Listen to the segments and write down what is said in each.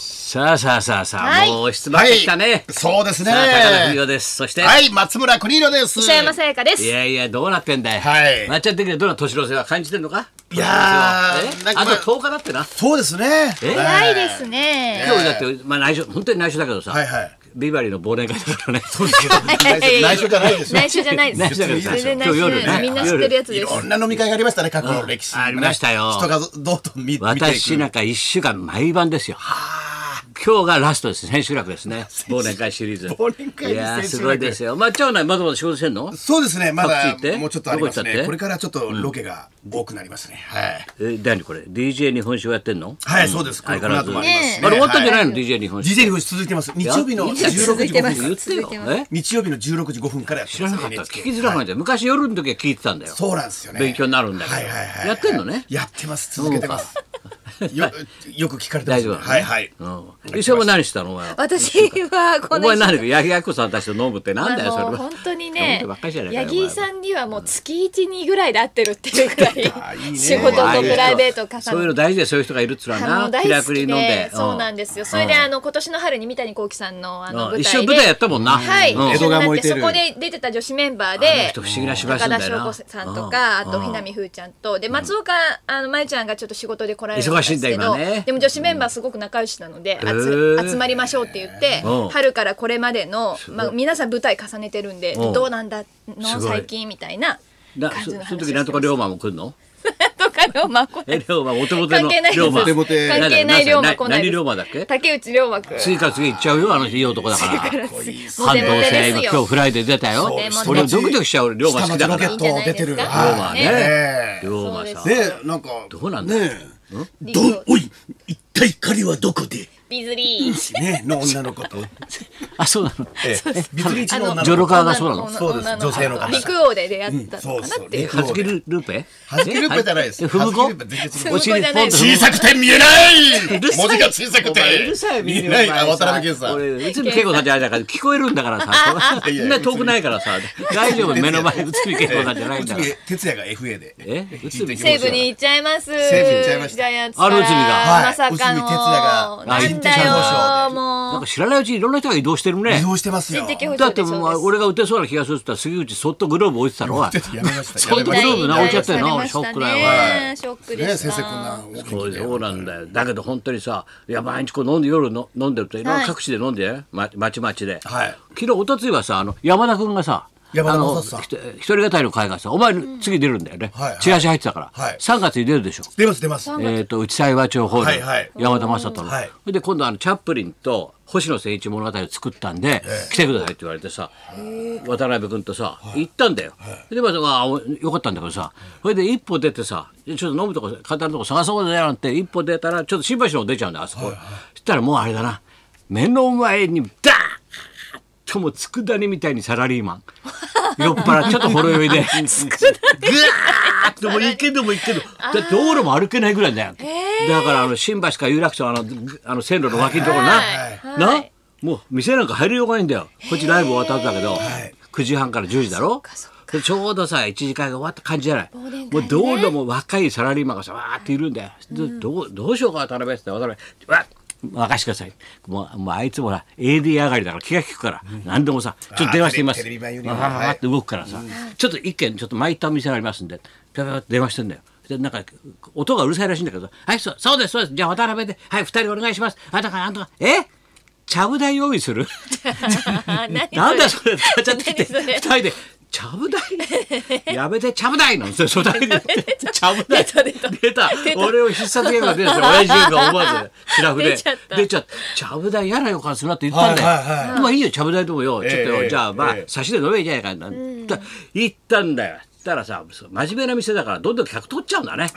さあさあさあさあ、はいもう出馬してきたね。そうですね。さあ、高野文夫です。そして、、はいい、松村邦洋です。石山さやかです。やいや、どうなってんだい。はいまっちゃん的にはどんな年の瀬は感じてんのかいやー年の瀬はえなんかあまあと10日だってな。そうですね。え早いですね。今日だって、まあ内緒、本当に内緒だけどさ、はいはいビバリーの忘年会だからね。そうです内緒じゃないですよ。内緒じゃないです。内緒じゃないです全然内今日緒じゃ夜ねない。みんな知ってるやついです。ろんな飲み会がありましたね、過去の歴史にね、うんありましたよ人がどうと見見ていく 私なんか一週間毎晩ですよ。今日がラストです。千秋楽ですね。忘年会シリーズ。忘年会に千秋楽いやーすごいですよ。まっちゃんはねまだまだ仕事してんのそうですね、ま各地行だってもうちょっとありますどこ行ったっね。てこれからちょっとロケが多くなりますね。はい。え何これ DJ 日本酒をやってんのはい、そうです。こ相れこ変わらずの後もありますしね。あれ終わったんじゃないの、は DJ 日本酒事前に続いてます。日曜日の16いや続時いて5ま分。す言ってよ続いてまえ日曜日の16時5分からやって知らまなす。かった NHK 聞きづらくないんだよ昔夜の時は聞いてたんだよそうなんですよね。勉強になるんだけどはいはいはい。やってんのねやってます。続けてます。 よよく聞かれてま大す丈ね。夫だねはいはい。うん石山何してたのお前は私はこおの前何か八木亜希子さんたちと飲むってなんだよそれあのは本当に飲むっねてばっかりじゃないかよ八木さんにはもう月一二ぐらいで会ってるっていうぐらあいいいね仕事とプああいう人ライベートを重ねてそういうの大事でそういう人がいるっつうのあはのな大気楽好に飲きんでで、そうなんですよ。それであの今年の春に三谷幸喜さんのあうんのうん舞一緒台にで舞台やったもんなはい、うん江戸川燃えてそるこで出てた女子メンバあーので人不思議な芝居する高んだ田よ翔な子さんとかあと南風ちゃんとで松岡あのまゆちゃんがちょっと仕事で来られるんで忙すしいけんだよど今ねでも女子メンバーすごく仲良しなのであへつー集まりましょうって言ってうん春からこれまでのまあ皆さん舞台重ねてるんでうんどうなんだすのごい最近みたいなな感そそじの話をしのてます時なんとか龍馬も来んのとかでもまあこえ龍馬お手元関の係ない龍馬ですモテモテ関係ない龍馬来ない何です龍馬だっけ竹内涼真君次から次行っちゃうよあの人いい男だからかっこいいですモ半テ導モテ性です今今日よフライデー出たよモテモテ俺ドキドキしちゃう俺龍馬好きだから下町ロケット出てる。いいんじゃ龍ない馬ね龍馬さですかねんそうねでなんかどうなんだねんどんおい一体彼はどこでビズリーねの女の子 とあそうなのええビズリーチの女の子ジョロカーがそうなのそうです女性の方陸王で出会ったのかなっていうう。んそうそうハズキルルーペハズキルーペじゃないですえふぶこハズキルーペ全然違うお尻ふぶこじゃないですポンと小さくて見 えないふぶこ文字が小さくお前うてるさい見見ええなないいあ渡辺謙さん俺内海恵子さんじゃないだから聞こえるんだからさそ いやんな遠くないからさ大丈夫目の前内海恵子さんじゃないんだから 内海哲也が FA でえ内海西恵子武さんに行っちゃいます。西武行っちゃいましたジャイアンツから。あ内海がはいまさかの。内な海哲也が んだよ、なんもうか。知らないうちにいろんな人が移動してるね移動してますよ人的補だっ助てでしょうもう俺が打てそうな気がするって言ったら杉内そっとグローブ置いてたのはちょっとやめましたちょっとやめグローブました直っちゃってるのはいショックだよはいショックでねした。先生こんな大きいそうねそうなんだよだけど本当にさいや毎日こう飲んで夜の飲んでるといろんな各地で飲んで、ままちまちで、はい昨日一昨日はさあの山田君がさ山田あの正人さんひと一人語りの会がさお前次出るんだよね、はいはいチラシ入ってたから、はい3月に出るでしょ出ます出ますえー、と内幸町ホール、はいはい山田雅人の、はいそれで今度あのチャップリンと星野誠一物語を作ったんで、来てくださいって言われてさ渡辺君とさ、行ったんだよ、でまああよかったんだけどさそれで一歩出てさちょっと飲むとこ簡単なとこ探そうぜなんて一歩出たらちょっと新橋の方出ちゃうんだよあそこ、そしたらもうあれだな目の前にダーッともう佃煮みたいにサラリーマン 酔っ払いちょっとほろ酔いでぐわーっともう行けども行けどだって道路も歩けないぐらいだよ、だからあの新橋か有楽町のあのぐあの線路の脇のところな、はいはないもう店なんか入りようがないんだよこっちライブ終わった後だけど、い9時半から10時だろかそっでちょうどさ1時間が終わった感じじゃない、も忘年会うね道路も若いサラリーマンがさわーっているんだよ、でどうどうしようか渡辺って渡辺わ任してくださいもうもうあいつもな AD 上がりだから気が利くから、何でもさちょっと電話してみますあテレテレビ版よりわもーわーわーって動くからさ、ちょっと一軒ちょっと巻いた店がありますんでピャピャピャって電話してんだよでなんか音がうるさいらしいんだけど「はいそうそうですそうですじゃあ渡辺ではい二人お願いしますあとかなんとかえちゃぶ台用意する?」何なんだそれちゃちゃってきて何それ二人で「ちゃぶ台やめてちゃぶ台」なんですよ初 代で「ちゃぶ台」出た出た出た俺を必殺ゲームが出た んですよ親父が思わずシラフで出ちゃった出ちゃった「ちゃぶ台嫌な予感するな」って言ったんだよ、はいはいはいまあいいよちゃぶ台でもよちょっとよ、ええじゃあまあ、ええ差しで飲めばいいじゃないかな、と言ったんだよそしたらさそう真面目な店だからどんどん客取っちゃうんだね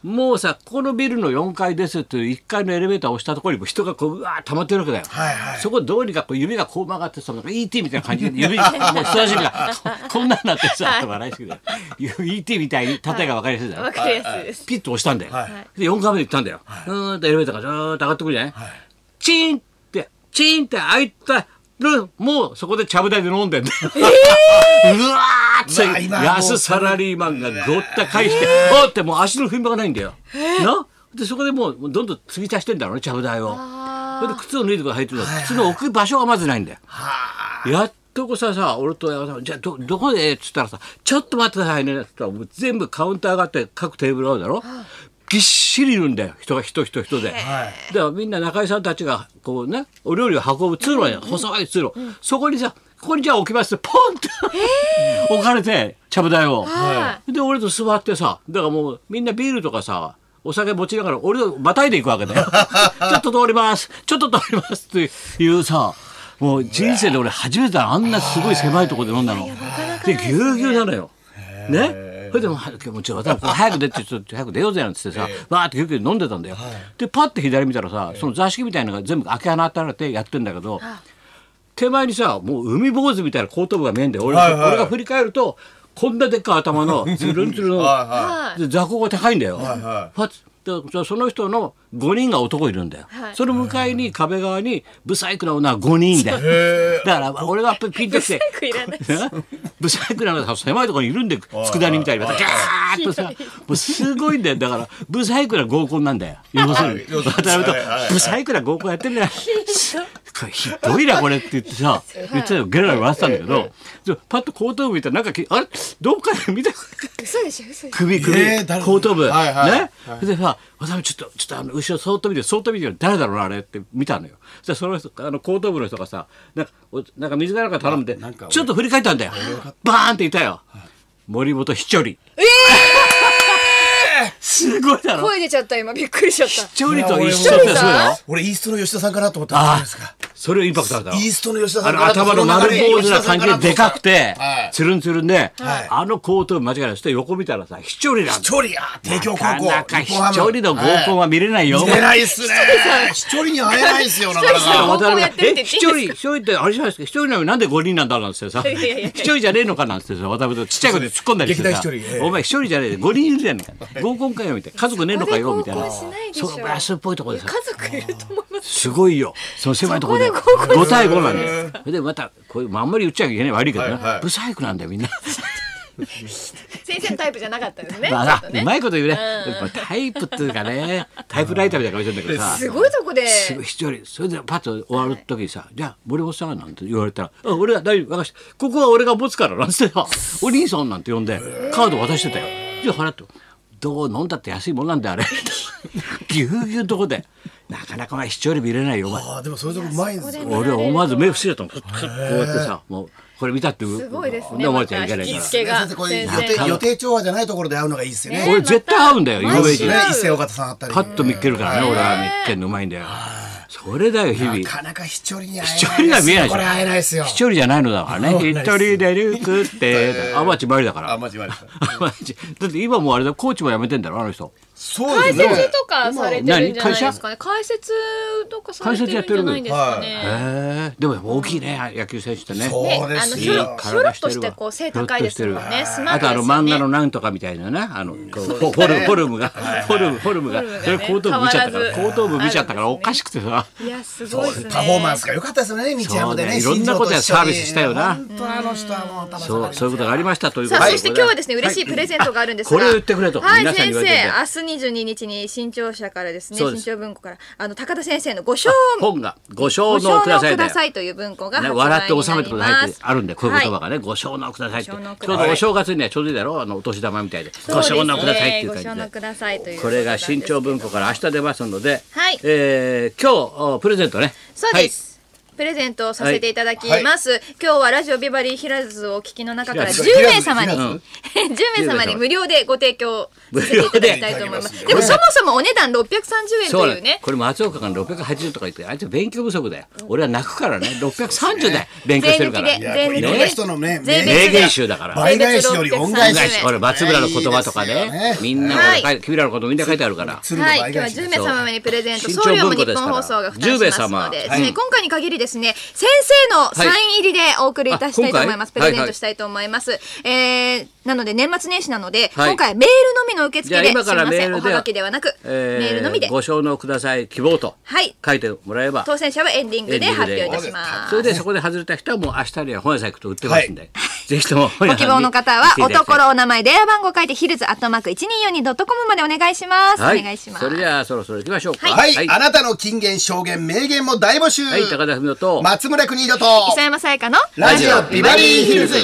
もうさここのビルの4階ですっていう1階のエレベーターを押したところにも人がこううわー溜まってるわけだよ、はいはいそこどうにかこう指がこう曲がってさなんか ET みたいな感じで指もう人差し指がここんなんなってさ笑いすぎて ET みたいに縦が分かりやすいだろ、わかりやすいです。ピッと押したんだよ、はいで4回目で行ったんだよ、うーんとエレベーターがずーっと上がってくるじゃない、チーンってチーンって開いたるもうそこでちゃぶ台で飲んでんだよ、 うわーっつうわって今もう安サラリーマンがごった返しておーってもう足の踏み場がないんだよ、なでそこでもうどんどん継ぎ足してんだろうねちゃぶ台を。それで靴を脱いでくださいって言うのは靴の置く場所がまずないんだよ。やっとこささ俺と矢野さんじゃあどどこでっつったらさ「ちょっと待ってくださいね」っつったらもう全部カウンターがあって各テーブルあるだろぎっしりいるんだよ人が人人人で。だからみんな中居さんたちがこうねお料理を運ぶ通路や細い通路そこにさ「ここにじゃあ置きます」ってポンって置かれてちゃぶ台を。はで俺と座ってさだからもうみんなビールとかさお酒持ちながら俺をまたいでいくわけだ よちょっと通りますちょっと通りますっていうさもう人生で俺初めてだあんなすごい狭いところで飲んだのでぎゅうぎゅうなのよねそれでもう今日もうちょっと渡辺君早く出てちょっと早く出ようぜなんつってさわーってぎゅうぎゅう飲んでたんだよでパッて左見たらさその座敷みたいなのが全部開け放たれてやってんだけど手前にさもう海坊主みたいな後頭部が見えんだよ俺,、はいはい俺が振り返るとこんなでっかい頭 のズルンズルのはいで座高が高いんだよ。いはパッでそその人の5人が男いるんだよ、はいその向かいに壁側にブサイクな女が5人でだから俺がピンときて早くいらないブサイクなのが狭いところにいるんで佃煮みたいにまたガーッとさもうすごいんだよだからブサイクな合コンなんだよ要するにはい渡辺とはいはいブサイクな合コンやってるじゃないこれひどいなこれって言ってさ言ってたよゲラゲラ笑ってたんだけどちょパッと後頭部見たらなんかきあれどっかで見た嘘でしょ嘘でしょ首首、えー誰後頭部、はいはいね、でさ渡辺ちょっとちょっとあの後ろそーっと見てそーっと見て誰だろうなあれって見たのよそしたらその人あの後頭部の人がさなんかおなんか水がなんか頼んでんか俺ちょっと振り返ったんだよバーンっていたよ、森本ひちょりえすごいだろ声出ちゃった今びっくりしちゃっひたちょりと一緒ってすひちょごいりよさん俺イーストの吉田さんかなと思ったんじゃないですかそれをインパクトあったイーストの吉田さあんかのなと頭の丸坊主な感じででかくてはい、つるんつるんで、はいあの後頭部間違いなくして横見たらさ、ひちょりなんだよ飛距離や帝京高校なかなか日本ハ飛ム距離の合コンは見れないよ。見れないっすね飛距離に会えないっすよなかな飛距離さかん合コンがやってるっえ、て言っていいん一ですか人、一人ってあれじゃないですか、一人なのになんで五人なんだなんつってさ、いやいやいや一人じゃねえのかなんつってさ、渡辺とちっちゃい声で突っ込んだりしてさ劇団一人ええ、お前一人じゃねえで、五人いるじゃねえか、合コンかよみたいな、家族ねえのかよみたいな、そこで合コンしないでしそょう安っぽいとこでさ、家族いると思い ますすごいよ。その狭いところで。そこで合コンする5対5なんです。それでまた、こういう、まああんまり言っちゃいけない悪いけどねはいはいブサイクなんだよ、みんな。先生のタイプじゃなかったですねまあちょなっとうまいねこと言うね。やっぱタイプっていうかね、タイプライターみたいな顔してんだけどさ。すごいとこですごい一人それでパッと終わる時にさ「じゃあ森本さん」なんて言われたら「あ俺は大丈夫分かしたここは俺が持つから」なん つってさ「お兄さん」なんて呼んでカード渡してたよ。じゃあ払ってどう飲んだって安いもんなんだよあれ ぎゅうぎゅうのとこでなかなかお前視聴率見れないよお前あーでもそういうとこうまいんですよ俺は思わず目伏せちゃったもんこうやってさもうこれ見たってすごいですね思っちゃいけないまたか引きらつ。けが先生こういう先予生定予定調和じゃないところで会うのがいいっすよねね俺絶対合うんだよ、ま有た名ね人違。う伊勢岡田さんあったりパッと見っけるからね、俺はめっけんのうまいんだよ。それだよ、日々。なかなか飛距離に会飛距え離ないがっす見えないよじゃこんれ会えないっすよ一人じゃないのだからね。そう一なんですよ人でルく って、アマチマリだから。あ間違えましたアマチだって今もうあれだ、コーチも辞めてんだろ、あの人。そう解ですね説とかされてるんじゃないですかね解説とかされてるんじゃないですか解説へねえ。でも大きいね、野球選手ってね。そうね、あでのすひょろよひょろっとしてこう背高いですもんね。スマーあとトあでのすよ漫ね画のなんとかみたいなね、あの、こうフォルフォルムが、フォルム、フォルムがフォルム、がそれね後頭部見ちゃったから、変わら後ず頭部見ちゃったからあるおんですねかしくてさ。いやすごいですね。パフォーマンスが良かったですよね日ハムでねそうねいろんなことや新サ庄ービスしたよな一緒に本当あの人はもうたまそう、そういうことがありましたというこさとあで。そして今日はですね嬉しいプレゼントがあるんですが、これを言ってくれとはい皆さん先に生言われてて明日22日に新潮社からですねそうです新潮文庫からあの高田先生のご賞本が、ごご賞賞納くだのさいくだよださいという文庫がね、発売にな笑っりてます。収めてくださいってあるんでこういう言葉はがね、ご承諾くださいってちご承諾くださょいうどお正月にはちょうどいいだろうあのお年玉みたいでいご承諾くださいっていうそうですねご承感諾じでくださいというこれが新新潮文庫から明日出ますので、はいえー今日おプレゼントねそうです、プレゼントをさせていただきます、今日はラジオビバリーヒラズをお聞きの中から10名様にヒラズうん 10名様に無料でご提供させていただきたいと思います無料ででもそもそもお値段630円そとうだいうねこれ松岡が680とか言ってあいつ勉強不足だよ俺は泣くからね630で勉強してるから税抜きでいやこれいろんな人のね税別で名言集だから倍返しより恩返恩し返しこれ松村の言葉とかいいですよねねみんなはいが書いて君らのことみんな書いてあるから鶴のはい、倍今返し日はです10名様にプレゼンそトう送料新潮も文庫日ですから本放送が負担します10名ので様ね今回に限りですね先生のサイン入りでお送りいたしたいと思います、はいあ今回プレゼントしたいと思います、えーなので年末年始なので、はい今回はメールのみの受付じでゃあ今からすいませんメールでおはがきではなく、えメールのみでご承諾ください希望とはい書いてもらえば当選者はエンディングでエンディング発で表いたしますそれでそこで外れた人はもう明日には本屋さん行くと売ってますんで、ぜひともご希望の方は、おところお名前、電話番号書いて、ヒルズアットマーク 1242.com までお願いします。おはい願いします。それじゃあそろそろ行きましょうかはい、あなたの金言、証言、名言も大募集。はい高田文夫と松村邦洋と。磯山さやかの、ラジオビバリーヒルズ。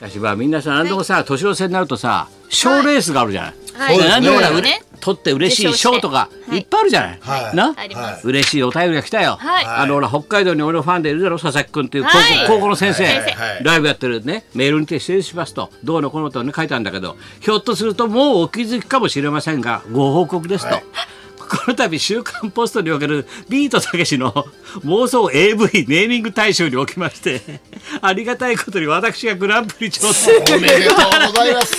昔はみんなさ何でもさ年の瀬になるとさ賞レースがあるじゃない、はいで何でもほら、そうですねう取って嬉しい賞とかはいいっぱいあるじゃない、はいなあります嬉しいお便りが来たよ、はいあのほら北海道に俺のファンでいるだろ佐々木君っていう高校,、はい高校の先生、はいはいはいライブやってるねメールにて失礼しますとどうのこうのとね書いたんだけどひょっとするともうお気づきかもしれませんがご報告ですと。この度週刊ポストにおけるビートたけしの 妄想 AV ネーミング大賞におきまして ありがたいことに私がグランプリ挑戦おめでとうございます。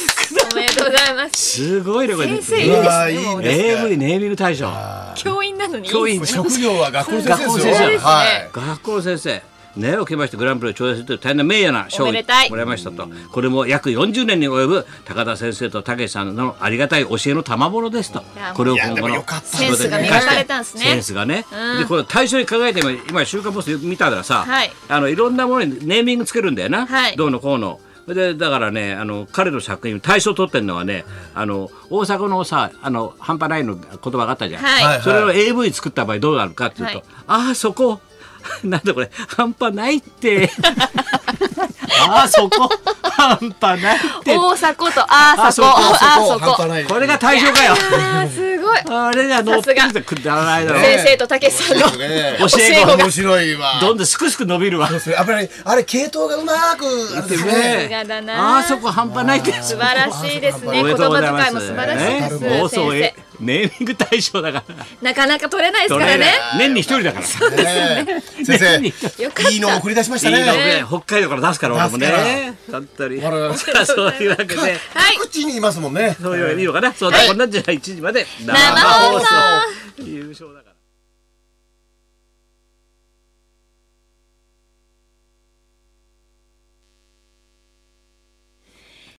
おめでとうございます。すごいねこれ先生、いいうでわすね。もういいねね、 AV ネーミング大賞教員なのにいいですね。教員職業は学校の先生です学校よ。の先生はい。学校の先生ね、おきましてグランプリを頂戴するという大変な名誉な賞をおもめでたいらいましたとこれも約40年に及ぶ高田先生と武さんのありがたい教えの賜物ですといやこれをいや今後でものよかったセンスが仕事に生かし磨かれたんですねセンスがね、でこれ対象に考えて今今「週刊ポスト」見たらさ、はいあのいろんなものにネーミングつけるんだよな、はいどうのこうの。でだからねあの彼の作品大賞取ってるのはねあの大阪のさあの半端ないの言葉があったじゃん、はいそれを AV 作った場合どうなるかっていうと、はいああそこ なんだこれ半端ないって ああそこ半端ないって大迫とあーそこああそーそこ半端こない。これが大賞かよあーすごいあれが乗ってきてくだらないだろう先生とたけしさんのね教え子が面白いわ。どんどんすくすく伸びるわそれやっぱりあれ系統がうまくあれですね。がだなああそこ半端ないです素晴らしいですねおめ言でとうござい葉ます遣いも素晴らしいです、ね妄先想生えネーミング大賞だからなかなか取れないですからね年に一人だからね先 ね生、よかったいいのを送り出しましたいいのね。ね北海道から出すから俺も出すね本当にあらさあ そういうわ けではい各地にいますもんね。そういうわけでいいのかなそうだこんなんじゃない1時まで生放送優勝だから